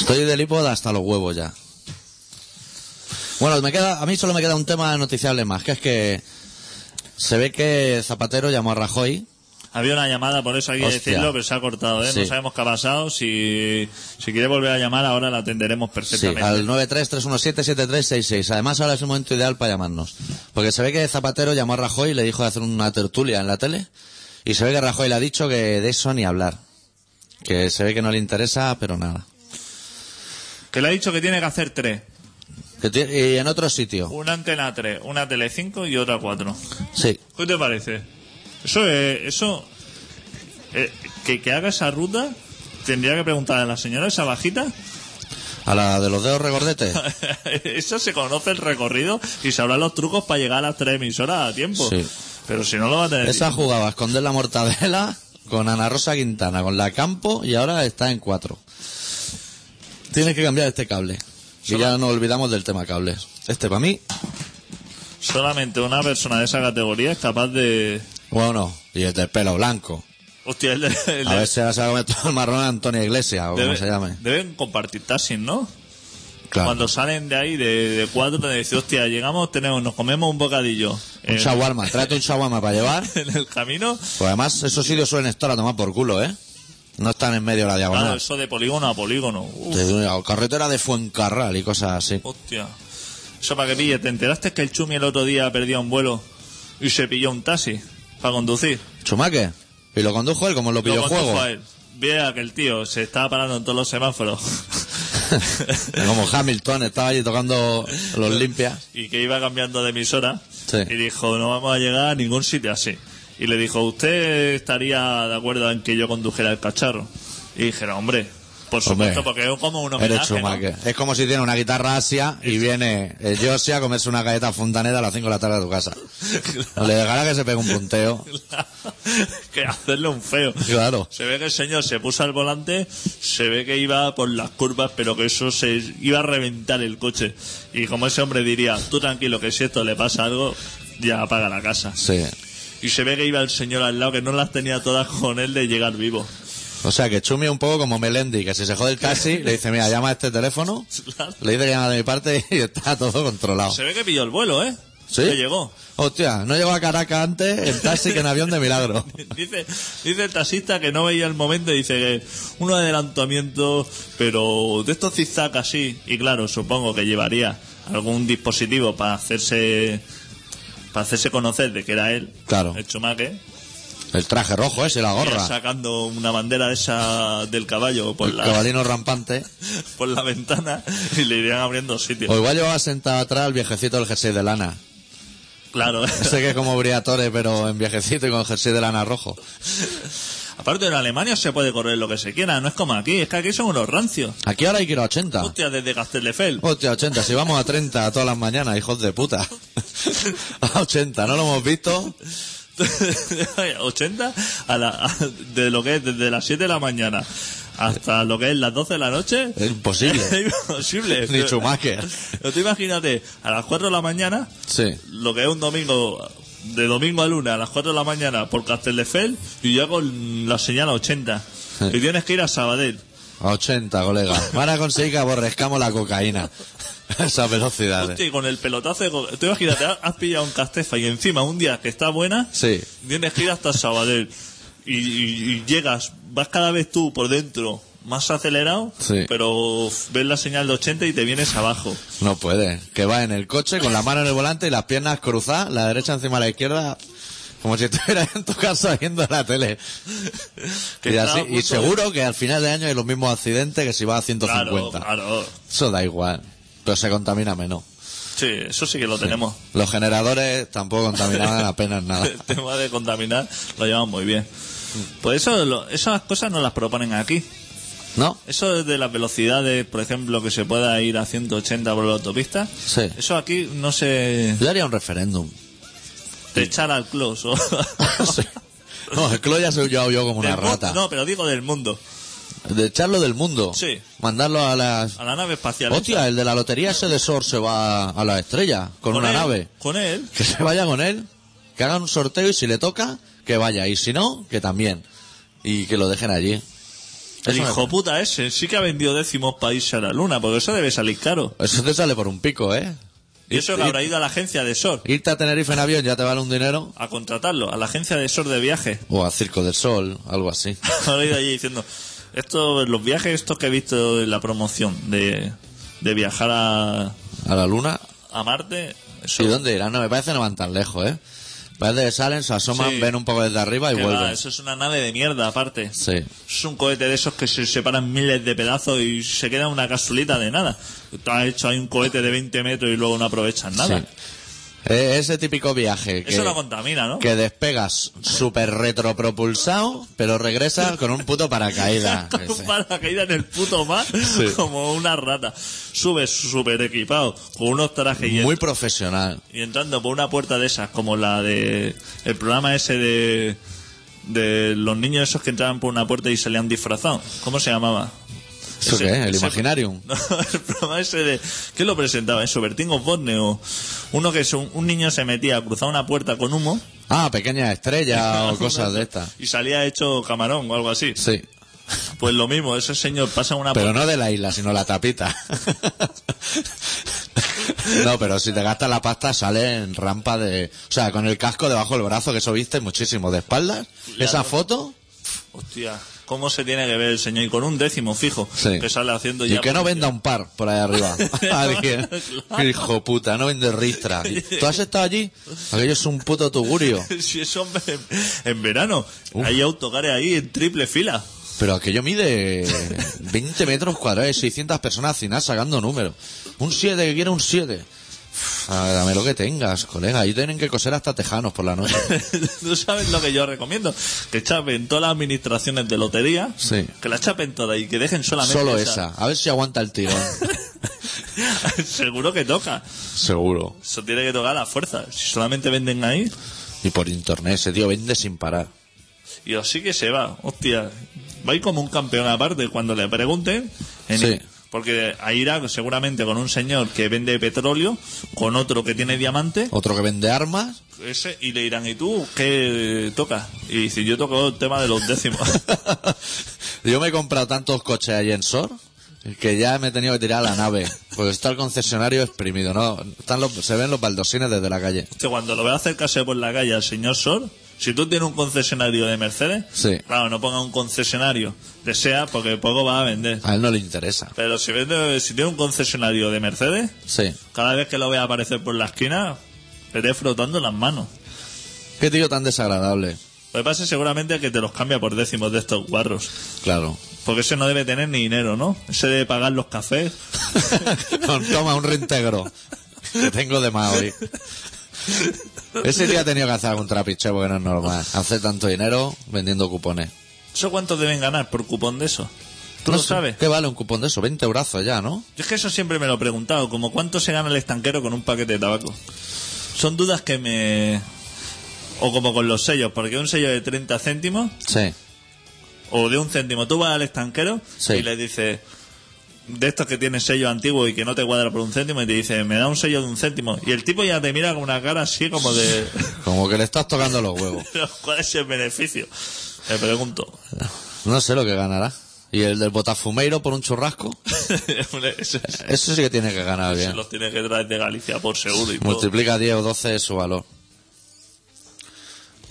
Estoy del hipo de hasta los huevos ya. Bueno, me queda, a mí solo me queda un tema noticiable más, que es que se ve que Zapatero llamó a Rajoy. Había una llamada, por eso hay que Hostia. decirlo, pero se ha cortado, ¿eh? Sí. No sabemos qué ha pasado. Si, si quiere volver a llamar, ahora la atenderemos Sí, perfectamente. al 933177366. Además, ahora es el momento ideal para llamarnos. Porque se ve que Zapatero llamó a Rajoy y le dijo de hacer una tertulia en la tele. Y se ve que Rajoy le ha dicho que de eso ni hablar. Que se ve que no le interesa, pero nada. Que le ha dicho que tiene que hacer tres. Que ti- y en otro sitio. Una antena 3, una tele 5 y otra 4. Sí. ¿Qué te parece? Eso es, eso eh, que, que haga esa ruta tendría que preguntar a la señora esa bajita. A la de los dedos regordetes. Esa se conoce el recorrido y sabrá los trucos para llegar a las tres emisoras a tiempo. Sí. Pero si no lo va a tener. Esa jugaba a esconder la mortadela con Ana Rosa Quintana, con la Campo y ahora está en cuatro. Tienes que cambiar este cable. Y ya nos olvidamos del tema cables. Este para mí, Solamente una persona de esa categoría es capaz de. bueno, y el del pelo blanco. Hostia, el de- el A de- ver si ahora se va a comer todo el marrón a Antonio Iglesias o como debe- se llame. Deben compartir taxis, ¿no? Claro. Cuando salen de ahí, de, de cuatro, te dicen, hostia, llegamos, tenemos, nos comemos un bocadillo. Un en- shawarma, tráete un shawarma para llevar. en el camino. Pues además, esos sitios suelen estar a tomar por culo, ¿eh? No están en medio de la Claro, diagonal. eso de polígono a polígono. Uf, De una carretera de Fuencarral y cosas así. hostia. Eso para que pille. ¿Te enteraste que el Chumi el otro día perdió un vuelo y se pilló un taxi para conducir? Chumaque. Y lo condujo él como en los Lo condujo videojuegos. a él. Vea que el tío se estaba parando en todos los semáforos. Como Hamilton estaba allí tocando los limpias. y que iba cambiando de emisora. Sí. Y dijo, no vamos a llegar a ningún sitio así. Y le dijo, ¿usted estaría de acuerdo en que yo condujera el cacharro? Y dijeron, hombre, por supuesto, Hombre, porque es como un Eres homenaje, ¿no? Schumacher. Es como si tiene una guitarra Asia y viene el Josia a comerse una galleta fontaneda a las 5 de la tarde a tu casa. Le dejará que se pegue un punteo. que hacerle un feo. Claro. Se ve que el señor se puso al volante, se ve que iba por las curvas, pero que eso se iba a reventar el coche. Y como ese hombre diría, tú tranquilo, que si esto le pasa algo, ya apaga la casa. Sí. Y se ve que iba el señor al lado, que no las tenía todas con él de llegar vivo. O sea que Chumi es un poco como Melendi, que si se jode el taxi, le dice, mira, llama a este teléfono, le dice que llama de mi parte y está todo controlado. Se ve que pilló el vuelo, ¿eh? ¿Sí? Que llegó. Hostia, no llegó a Caracas antes en taxi que en avión de milagro. Dice, dice el taxista que no veía el momento y dice que un adelantamiento, pero de estos zigzag así. Y claro, supongo que llevaría algún dispositivo para hacerse para hacerse conocer de que era él. Claro. El chumaque. El traje rojo ese, la Iba gorra. Sacando una bandera de esa del caballo por El la, caballino rampante. por la ventana y le irían abriendo sitio. O igual llevaba sentado atrás el viejecito del jersey de lana. Claro. Ese que es como Briatore, pero en viejecito y con jersey de lana rojo. Aparte, en Alemania se puede correr lo que se quiera, no es como aquí, es que aquí son unos rancios. Aquí ahora hay que ir a 80. Hostia, desde Castelldefels. Hostia, 80, si vamos a 30 todas las mañanas, hijos de puta. A 80, ¿no lo hemos visto? 80 a la- a- de lo que es desde las 7 de la mañana hasta lo que es las 12 de la noche Es imposible. es imposible Ni Schumacher. Pero tú imagínate a las 4 de la mañana Sí. lo que es un domingo de domingo a luna a las 4 de la mañana por Castelldefels y ya con la señal a 80 y tienes que ir a Sabadell A 80, colega. Van a conseguir que aborrezcamos la cocaína. A esas velocidades. Hostia, y con el pelotazo de co- tú imagínate has- has pillado un Castefa y encima un día que está buena Sí. Tienes que ir hasta Sabadell y, y- y llegas, vas cada vez tú por dentro más acelerado, Sí. pero ves la señal de 80 y te vienes abajo. No puede. Que va en el coche con la mano en el volante y las piernas cruzadas, la derecha encima de la izquierda, como si estuvieras en tu casa viendo la tele. Que y, está así- a y punto seguro que al final de año hay los mismos accidentes que si vas a Claro, 150. claro. ah. Eso da igual. Pero se contamina menos. Sí, eso sí que lo tenemos. Los generadores tampoco contaminaban apenas nada. El tema de contaminar lo llevan muy bien. Pues eso, lo- esas cosas no las proponen aquí. ¿No? Eso de las velocidades, por ejemplo, que se pueda ir a 180 por la autopista, Sí. eso aquí no se Yo haría un referéndum. te echar al close. o- Sí. No, el Clo ya se huyó yo como una Del mu- rata. No, pero digo del mundo. De echarlo del mundo. Sí. Mandarlo a las... A la nave espacial. Hostia, el de la lotería ese de Sor se va a la estrella con, una él, nave. Con él. Que se vaya con él, que hagan un sorteo y si le toca, que vaya. Y si no, que también. Y que lo dejen allí. El Eso me- hijo puta ese sí que ha vendido décimos para irse a la luna, porque eso debe salir caro. Eso te sale por un pico, ¿eh? Y eso que habrá ido a la agencia de SOR Irte a Tenerife en avión ya te vale un dinero. a contratarlo, a la agencia de SOR de viaje. O a Circo del Sol, algo así. Habrá ido allí diciendo, esto, los viajes estos que he visto en la promoción de, de viajar a, A la luna. a Marte, eso, ¿Y dónde irán? No, me parece que no van tan lejos, ¿eh? Parece que salen, se asoman, Sí. ven un poco desde arriba y que va, vuelven. eso es una nave de mierda aparte. Sí. Es un cohete de esos que se separan miles de pedazos y se queda una capsulita de nada. Tú has hecho ahí un cohete de 20 metros y luego no aprovechas nada. Sí. Eh, ese típico viaje que, Eso no contamina, ¿no? que despegas súper retropropulsado, pero regresas con un puto paracaídas. Con Ese. un paracaídas en el puto mar como una rata. Sube súper equipado con unos trajes y, Muy ent- profesional. y entrando por una puerta de esas como la de el programa ese de de los niños esos que entraban por una puerta y salían disfrazados. ¿Cómo se llamaba? ¿Eso Ese- qué? ¿El ese- Imaginarium? No, el programa ese de... ¿Qué lo presentaba? ¿Eso? ¿Bertín Osborne o...? Uno que es un, un niño se metía, cruzaba una puerta con humo... Ah, pequeña estrella o cosas de estas. Y salía hecho camarón o algo así. Sí. Pues lo mismo, ese señor pasa una Pero puerta... no de la isla, sino la tapita. No, pero si te gastas la pasta sale en rampa de... O sea, con el casco debajo del brazo, que eso viste muchísimo. De espaldas, esa foto... Hostia, ¿cómo se tiene que ver el señor? Y con un décimo fijo Sí. que sale haciendo Y ya... que no venda un par por ahí arriba. Alguien. Claro. Hijo puta, no vende ristra. ¿Tú has estado allí? Aquello es un puto tugurio. Si es hombre, en, en verano hay autocares ahí en triple fila. Pero aquello mide 20 metros cuadrados y 600 personas final sacando números. Un 7 que quiere un 7. Uf, ah, Dame lo que tengas, colega. Ahí tienen que coser hasta tejanos por la noche. Tú sabes lo que yo recomiendo. Que chapen todas las administraciones de lotería. Sí. Que las chapen todas y que dejen solamente Solo esa. A ver si aguanta el tirón. Seguro que toca. Seguro. Eso tiene que tocar a la fuerza. Si solamente venden ahí, Y por internet, ese tío vende sin parar. y así que se va. Hostia, va a ir como un campeón aparte cuando le pregunten. en- Sí. Porque ahí irá seguramente con un señor que vende petróleo, con otro que tiene diamante, Otro que vende armas. ese, y le dirán, ¿y tú qué tocas? Y dice, yo toco el tema de los décimos. Yo me he comprado tantos coches ahí en Sor que ya me he tenido que tirar a la nave. Porque está el concesionario exprimido, ¿no? Están los- se ven los baldosines desde la calle. que cuando lo veas acercarse por la calle al señor Sor, si tú tienes un concesionario de Mercedes, Sí. claro, no ponga un concesionario de SEA porque poco va a vender. A él no le interesa. Pero si, vende, si tiene un concesionario de Mercedes, Sí. Cada vez que lo veas aparecer por la esquina, esté frotando las manos. Qué tío tan desagradable. Lo que pasa es seguramente que te los cambia por décimos de estos guarros. Claro. Porque ese no debe tener ni dinero, ¿no? Ese debe pagar los cafés. Con- Toma un reintegro. Que tengo de más hoy. Ese tío ha tenido que hacer algún trapicheo porque no es normal. Hace tanto dinero vendiendo cupones. ¿Eso cuánto deben ganar por cupón de eso? ¿Tú No lo sé, sabes? ¿Qué vale un cupón de eso? 20 brazos ya, ¿no? Yo es que eso siempre me lo he preguntado, como cuánto se gana el estanquero con un paquete de tabaco. Son dudas que me... O como con los sellos, porque un sello de 30 céntimos Sí. o de un céntimo. Tú vas al estanquero Sí. y le dices, de estos que tienen sello antiguo y que no te cuadra por un céntimo, y te dice, me da un sello de un céntimo. Y el tipo ya te mira con una cara así como de, Como que le estás tocando los huevos. ¿cuál es el beneficio? Le pregunto. No sé lo que ganará. ¿Y el del botafumeiro por un churrasco? Hombre, eso es- Eso sí que tiene que ganar se bien. los tiene que traer de Galicia por seguro y todo. Multiplica 10 o 12 su valor.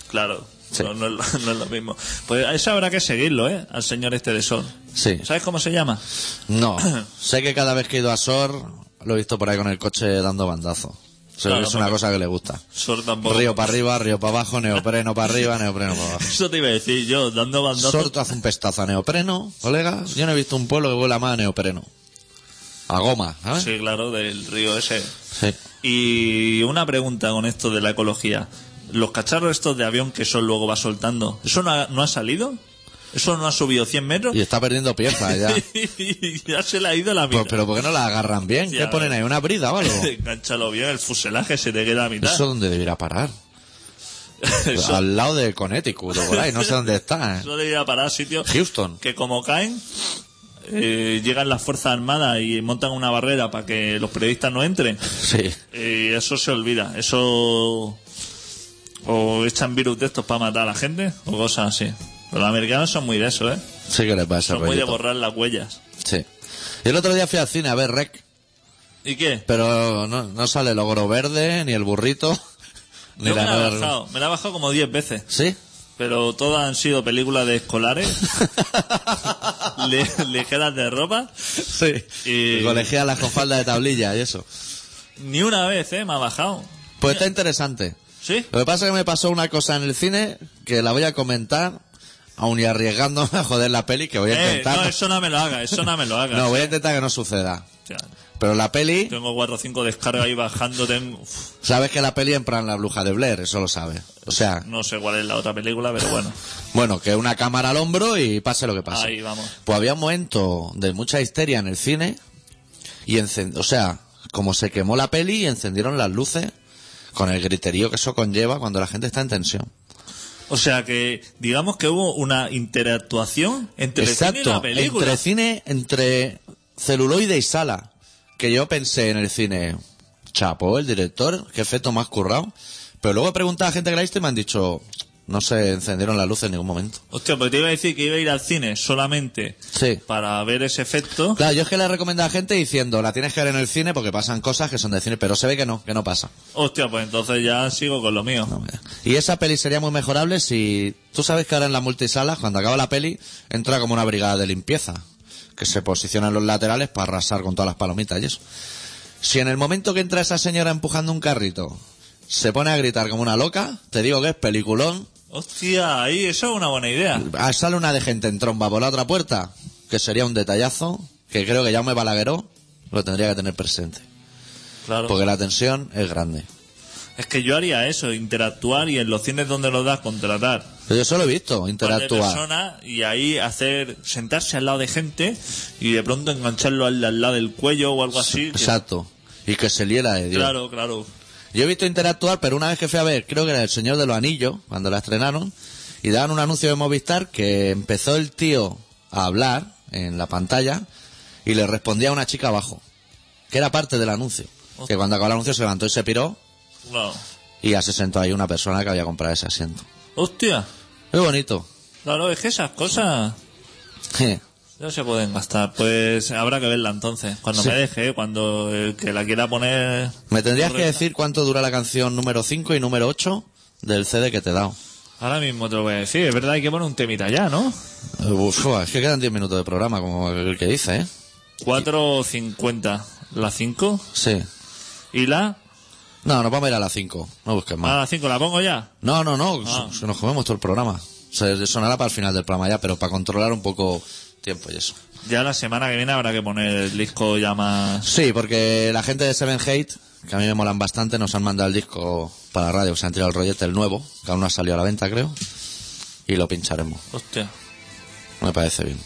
Claro. Sí. No, no es lo, no es lo mismo. Pues a eso habrá que seguirlo, ¿eh? Al señor este de Sol. Sí. ¿Sabes cómo se llama? No, sé que cada vez que he ido a Sor lo he visto por ahí con el coche dando bandazo. Se ve Claro, que es una porque- cosa que le gusta. Sor tampoco. Río para arriba, río para abajo, neopreno para arriba, neopreno para abajo. Eso te iba a decir yo, dando bandazos. Sorto hace un pestazo a neopreno, colega. Yo no he visto un pueblo que vuela más a neopreno. A goma, ¿sabes? Sí, claro, del río ese. Sí. Y una pregunta con esto de la ecología. Los cacharros estos de avión que Sol luego va soltando, ¿eso no ha, no ha salido? ¿Eso no ha subido 100 metros? Y está perdiendo piezas ya. Y ya se le ha ido la mitad. Pues, pero ¿por qué no la agarran bien? ¿Qué Ya, ponen ahí? ¿Una brida o algo? Engánchalo bien, el fuselaje se te queda a mitad. ¿Eso dónde debiera parar? Eso- Al lado de Connecticut o por ahí, no sé dónde está. ¿eh? eso debería parar sitio. Houston. Que como caen, eh, llegan las Fuerzas Armadas y montan una barrera para que los periodistas no entren. Sí. Y eso se olvida. Eso. O echan virus de estos para matar a la gente, o cosas así. Pero los americanos son muy de eso, ¿eh? Sí que le pasa, Son muy de rollito. borrar las huellas. Sí. Y el otro día fui al cine a ver Rec, ¿Y qué? pero no, no sale el ogro verde, ni el burrito, ni Yo me la la he nueva- bajado, me la he bajado como 10 veces, ¿Sí? pero todas han sido películas de escolares, le- ligeras de ropa. Sí. Y- Colegialas con falda de tablilla y eso. Ni una vez, ¿eh? Me ha bajado. Pues está interesante. ¿Sí? Lo que pasa es que me pasó una cosa en el cine que la voy a comentar, aun y arriesgándome a joder la peli, que voy a Eh, intentar. no, eso no me lo haga, eso no me lo haga. No, voy a intentar que no suceda. Hostia, Pero la peli, tengo 4 o 5 descargas ahí bajando. ten- Uf, sabes que la peli en plan la bruja de Blair, eso lo sabes. O sea, no sé cuál es la otra película, pero bueno. bueno, que una cámara al hombro y pase lo que pase. Ahí vamos. Pues había un momento de mucha histeria en el cine y encend... o sea, como se quemó la peli y encendieron las luces con el griterío que eso conlleva cuando la gente está en tensión. O sea que, digamos que hubo una interactuación entre el cine y Exacto, la película. entre cine, entre celuloide y sala, que yo pensé en el cine, chapo, el director, qué efecto más currado, pero luego he preguntado a gente que la ha visto y me han dicho, no se encendieron las luces en ningún momento. Hostia, pues te iba a decir que iba a ir al cine solamente Sí. para ver ese efecto. Claro, yo es que le he recomendado a gente diciendo, la tienes que ver en el cine porque pasan cosas que son de cine, pero se ve que no, que no pasa. eh. Hostia, pues entonces ya sigo con lo mío. Y esa peli sería muy mejorable si tú sabes que ahora en las multisalas, cuando acaba la peli, entra como una brigada de limpieza, que se posiciona en los laterales para arrasar con todas las palomitas y eso. Si en el momento que entra esa señora empujando un carrito, se pone a gritar como una loca, te digo que es peliculón, Hostia, ahí eso es una buena idea. Ah, sale una de gente en tromba por la otra puerta, que sería un detallazo, que creo que ya me balagueró, lo tendría que tener presente, Claro. porque la tensión es grande. Es que yo haría eso, interactuar y en los cines donde lo das, contratar. Pero yo eso lo he visto, Par de interactuar. personas y ahí hacer, sentarse al lado de gente y de pronto engancharlo al, al lado del cuello o algo así. que- Exacto. Y que se liera de Dios. Claro, claro. Yo he visto interactuar, pero una vez que fui a ver, creo que era El Señor de los Anillos, cuando la estrenaron, y daban un anuncio de Movistar que empezó el tío a hablar en la pantalla y le respondía a una chica abajo, que era parte del anuncio. Que cuando acabó el anuncio se levantó y se piró Claro. y ya se sentó ahí una persona que había comprado ese asiento. Hostia, Muy bonito. claro, es que esas cosas no se pueden gastar. Pues habrá que verla entonces, cuando Sí. me deje, cuando el que la quiera poner... Me tendrías que Correcto. decir cuánto dura la canción número 5 y número 8 del CD que te he dado. Ahora mismo te lo voy a decir, es verdad, hay que poner un temita ya, ¿no? Uf, es que quedan 10 minutos de programa, como el que dice, ¿eh? 4.50, la 5 Sí. y la... No, nos vamos a ir a las 5. No busques más. Ah, la 5, ¿la pongo ya? No, no, no. Ah. Se nos comemos todo el programa. Se sonará para el final del programa ya, pero para controlar un poco tiempo y eso. Ya la semana que viene habrá que poner el disco ya más... Sí, porque la gente de Seven Hate, que a mí me molan bastante, nos han mandado el disco para la radio. Se han tirado el rollete, el nuevo, que aún no ha salido a la venta, creo. Y lo pincharemos. Hostia. Me parece bien.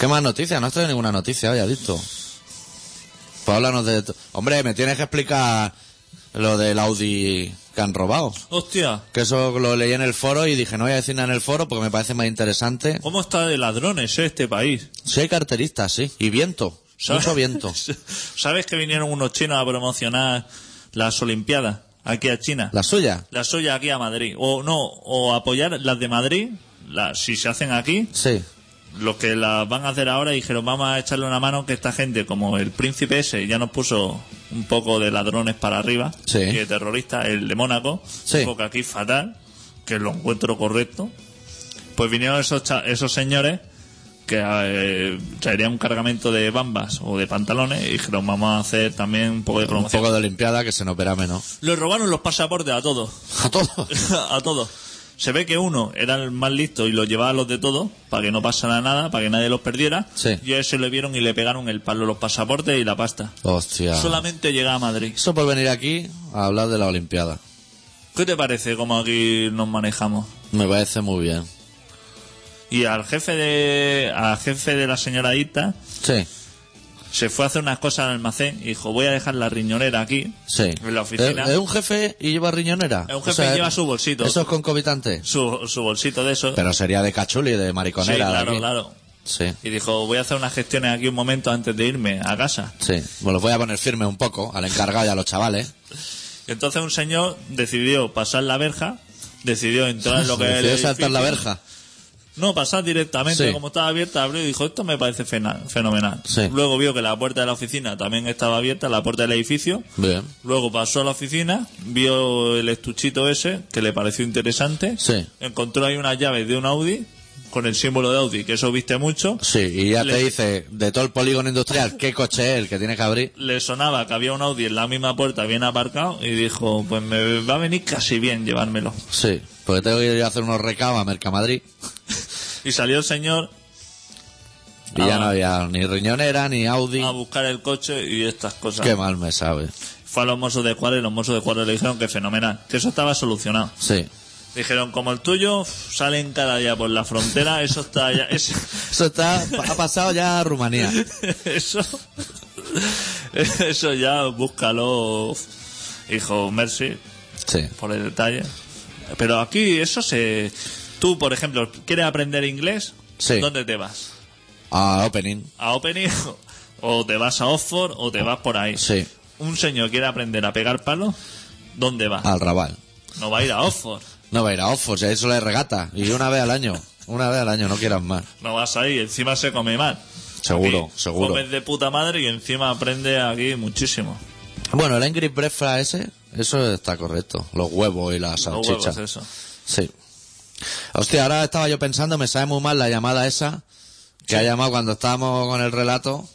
¿Qué más noticias? No has traído ninguna noticia, oye, adicto. Pues háblanos de... to- Hombre, me tienes que explicar lo del Audi que han robado. Hostia, Que eso lo leí en el foro y dije, no voy a decir nada en el foro porque me parece más interesante. ¿cómo está de ladrones eh, este país? Sí hay carteristas, sí. Y viento. ¿Sabes? Mucho viento. ¿Sabes que vinieron unos chinos a promocionar las Olimpiadas aquí a China? ¿La suya? Las suyas aquí a Madrid. O no, o apoyar las de Madrid, las, si se hacen aquí, Sí. los que las van a hacer ahora dijeron, vamos a echarle una mano que esta gente, como el príncipe ese, ya nos puso un poco de ladrones para arriba, Sí. y de terroristas, el de Mónaco, Sí. porque aquí fatal, que lo encuentro correcto, pues vinieron esos, cha- esos señores que eh, traerían un cargamento de bambas o de pantalones y dijeron, vamos a hacer también un poco de Un promoción. poco de Olimpiada que se nos verá menos. Les robaron los pasaportes a todos. A todos. a todos. Se ve que uno era el más listo y lo llevaba a los de todos para que no pasara nada, para que nadie los perdiera. Sí. Y a ese le vieron y le pegaron el palo, los pasaportes y la pasta. Hostia. Solamente llega a Madrid. Eso por venir aquí a hablar de la Olimpiada. ¿Qué te parece cómo aquí nos manejamos? Me parece muy bien. Y al jefe de, al jefe de la señora Ita Sí, se fue a hacer unas cosas al almacén y dijo, voy a dejar la riñonera aquí. sí. En la oficina. ¿Es, es un jefe y lleva riñonera? Es un jefe y lleva su bolsito. ¿Eso es concomitante? Su, su bolsito de eso. Pero sería de cachuli, de sí, mariconera. de claro, aquí. claro. Sí, Y dijo, voy a hacer unas gestiones aquí un momento antes de irme a casa. sí. Me los voy a poner firme un poco al encargado y a los chavales. Entonces un señor decidió pasar la verja, decidió entrar en lo que es el Decidió saltar la edificio, verja. No, pasar directamente. Sí. Como estaba abierta, abrió y dijo, esto me parece fena- fenomenal. Sí. Luego vio que la puerta de la oficina también estaba abierta, la puerta del edificio. Bien. Luego pasó a la oficina, vio el estuchito ese, que le pareció interesante. Sí. Encontró ahí unas llaves de un Audi, con el símbolo de Audi, que eso viste mucho. Sí, y ya Le- te dice de todo el polígono industrial qué coche es el que tienes que abrir. Le sonaba que había un Audi en la misma puerta, bien aparcado, y dijo, pues me va a venir casi bien llevármelo. Sí, porque tengo que ir yo a hacer unos recados a Mercamadrid. Y salió el señor Y ya Ah. no había ni riñonera, ni Audi. a buscar el coche y estas cosas. Qué mal me sabe. Fue a los mozos de Juárez y los mozos de Juárez le dijeron que fenomenal, que eso estaba solucionado. Sí. Dijeron, como el tuyo, uf, salen cada día por la frontera, eso está ya... es- Eso está, ha pasado ya a Rumanía. eso... Eso ya, búscalo, hijo, merci, Sí. por el detalle. Pero aquí eso se... Tú, por ejemplo, ¿quieres aprender inglés? Sí. ¿Dónde te vas? A opening. ¿A Opening? ¿O te vas a Oxford? ¿O te vas por ahí? Sí. Un señor quiere aprender a pegar palos, ¿dónde va? Al Raval. No va a ir a Oxford. No va a ir a Oxford, si a eso le regata. Y una vez al año. Una vez al año, no quieras más. No vas ahí, encima se come mal. Seguro, Aquí seguro. Comes de puta madre y encima aprende aquí muchísimo. Bueno, el Angry Breakfast ese, eso está correcto. Los huevos y las Los salchichas. huevos, eh. eso. Sí. Hostia, ahora estaba yo pensando, me sabe muy mal la llamada esa que ha llamado cuando estábamos con el relato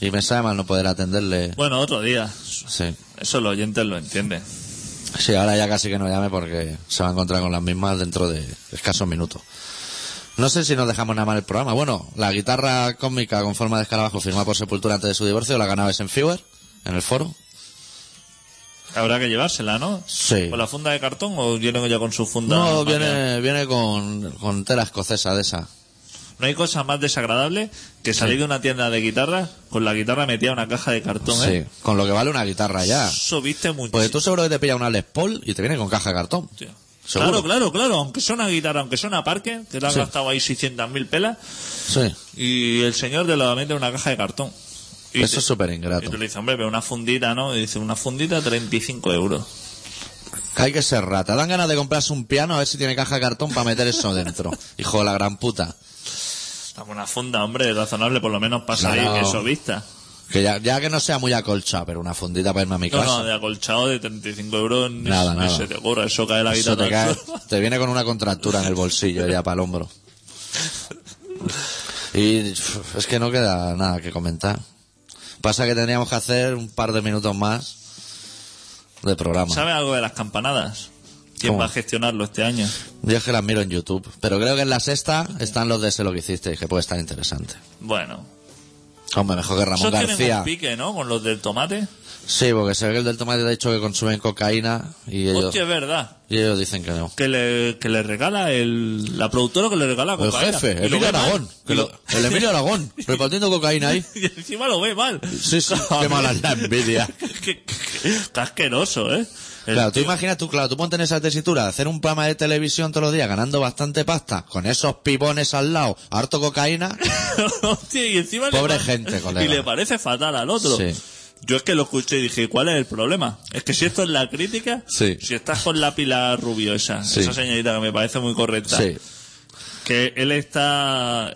y me sabe mal no poder atenderle. Bueno, otro día. Sí. Eso los oyentes lo entienden. Sí, ahora ya casi que no llame porque se va a encontrar con las mismas dentro de escasos minutos. No sé si nos dejamos nada mal el programa. Bueno, la guitarra cósmica con forma de escarabajo firmada por Sepultura antes de su divorcio la ganaba en Fewer, en el foro. Habrá que llevársela, ¿no? Sí. ¿Con la funda de cartón o vienen ya con su funda? No, maquia? viene, viene con, con tela escocesa de esa. No hay cosa más desagradable que salir de una tienda de guitarras con la guitarra metida en una caja de cartón, Sí, ¿eh? con lo que vale una guitarra ya. Eso viste mucho. Pues tú seguro que te pilla una Les Paul y te viene con caja de cartón. Tío. Seguro. Claro, claro, claro. Aunque sea una guitarra, aunque sea una parque, que te han Sí. gastado ahí 600.000 pelas, Sí. y el señor te lo mete en una caja de cartón. Y Eso te- es súper ingrato. Y tú le dices, hombre, pero una fundita, ¿no? Y dice, una fundita, 35 euros. Hay que ser rata. Dan ganas de comprarse un piano a ver si tiene caja de cartón para meter eso dentro. Hijo de la gran puta. Dame una funda, hombre, razonable, por lo menos pasa Claro. ahí, eso vista. Que ya, ya que no sea muy acolcha, pero una fundita para irme a mi No, casa. no, de acolchado de 35 euros ni, Nada, ni nada. se te ocurra, eso cae la Eso guitarra. te, al cae- suelo. te viene con una contractura en el bolsillo ya para el hombro. Y pf, es que no queda nada que comentar. Pasa que tendríamos que hacer un par de minutos más de programa. ¿Sabes algo de las campanadas? ¿Quién ¿Cómo? va a gestionarlo este año? Yo es que las miro en YouTube. Pero creo que en la sexta están los de Sé lo que hiciste y que puede estar interesante. Bueno. Hombre, mejor que Ramón Eso tienen García. un pique, ¿no? Con los del tomate. Sí, porque se ve que el del tomate te ha dicho que consumen cocaína y ellos, Hostia, es verdad. y ellos dicen que no. Que le, que le regala el, la productora que le regala El cocaína. jefe, Y lo Emilio ve mal. Aragón. Y que lo- lo- el Emilio Aragón, repartiendo cocaína ahí. Y encima lo ve mal. Sí, sí, qué mala es la envidia. qué, qué- qué asqueroso, ¿eh? El Claro, tú tío- imaginas, tú, claro, tú ponte en esa tesitura de hacer un programa de televisión todos los días ganando bastante pasta, con esos pibones al lado, harto cocaína. Hostia, y encima le Pobre pa- gente, colega. Y le parece fatal al otro. Sí. Yo es que lo escuché y dije, ¿cuál es el problema? Es que si esto es la crítica, Sí. si estás con la pila rubio esa, Sí. esa señorita que me parece muy correcta, Sí, que él está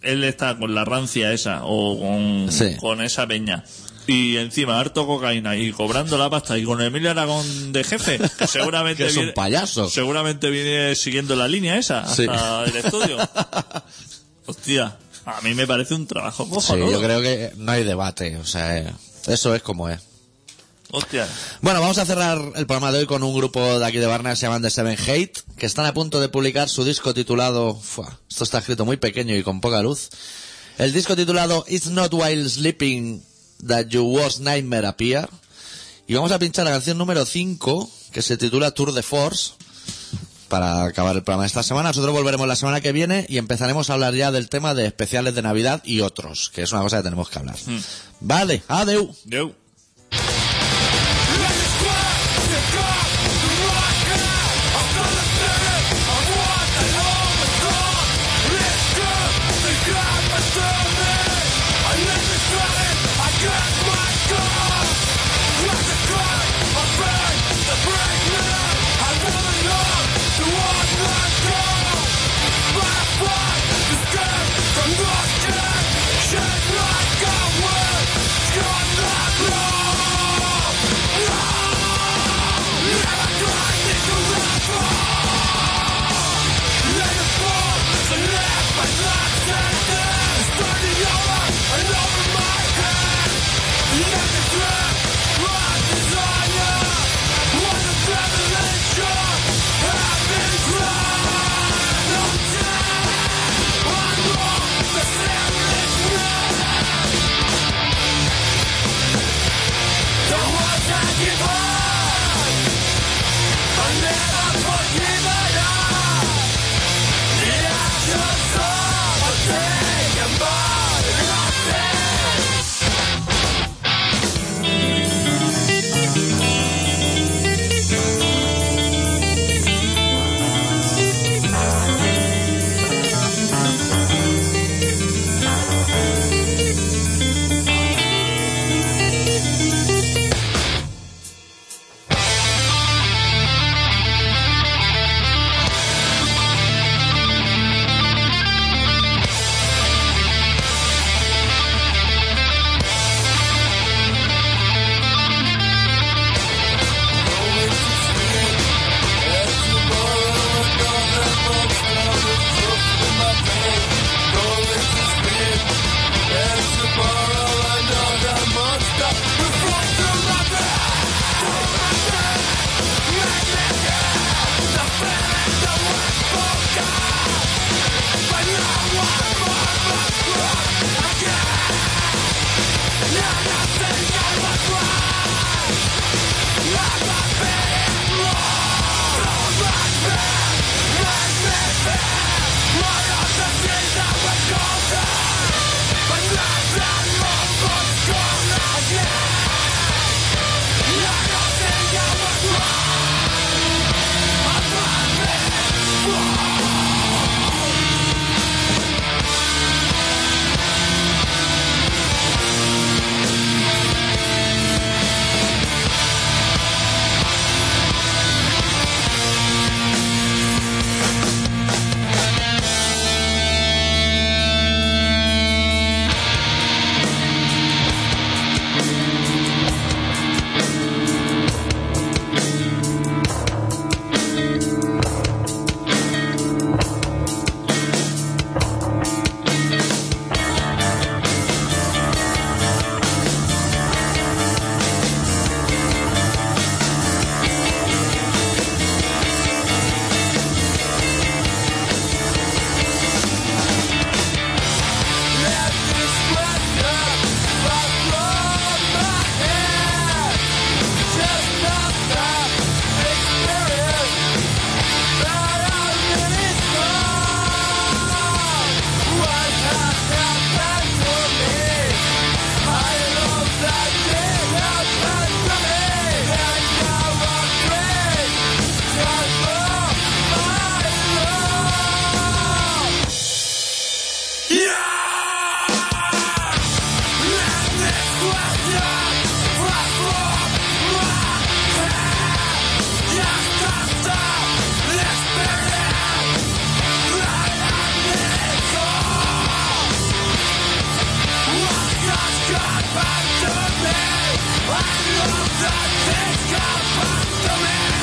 él está con la rancia esa o con, Sí. con esa peña y encima harto cocaína y cobrando la pasta y con Emilio Aragón de jefe que seguramente Que es un viene- payaso. seguramente viene siguiendo la línea esa Sí. hasta el estudio hostia a mí me parece un trabajo sí, cojonudo yo creo que no hay debate, o sea, eh, eso es como es. hostia Bueno, vamos a cerrar el programa de hoy con un grupo de aquí de Barna que se llaman The Seven Hate, que están a punto de publicar su disco titulado... Fua, esto está escrito muy pequeño y con poca luz. El disco titulado It's Not While Sleeping That Your Worst Nightmare Appear. Y vamos a pinchar la canción número 5, que se titula Tour de Force, para acabar el programa de esta semana. Nosotros volveremos la semana que viene y empezaremos a hablar ya del tema de especiales de Navidad y otros, que es una cosa que tenemos que hablar. Vale, adeu. Deu. I wanna know to what I go. My fault. Back to me! I love that this got back to me!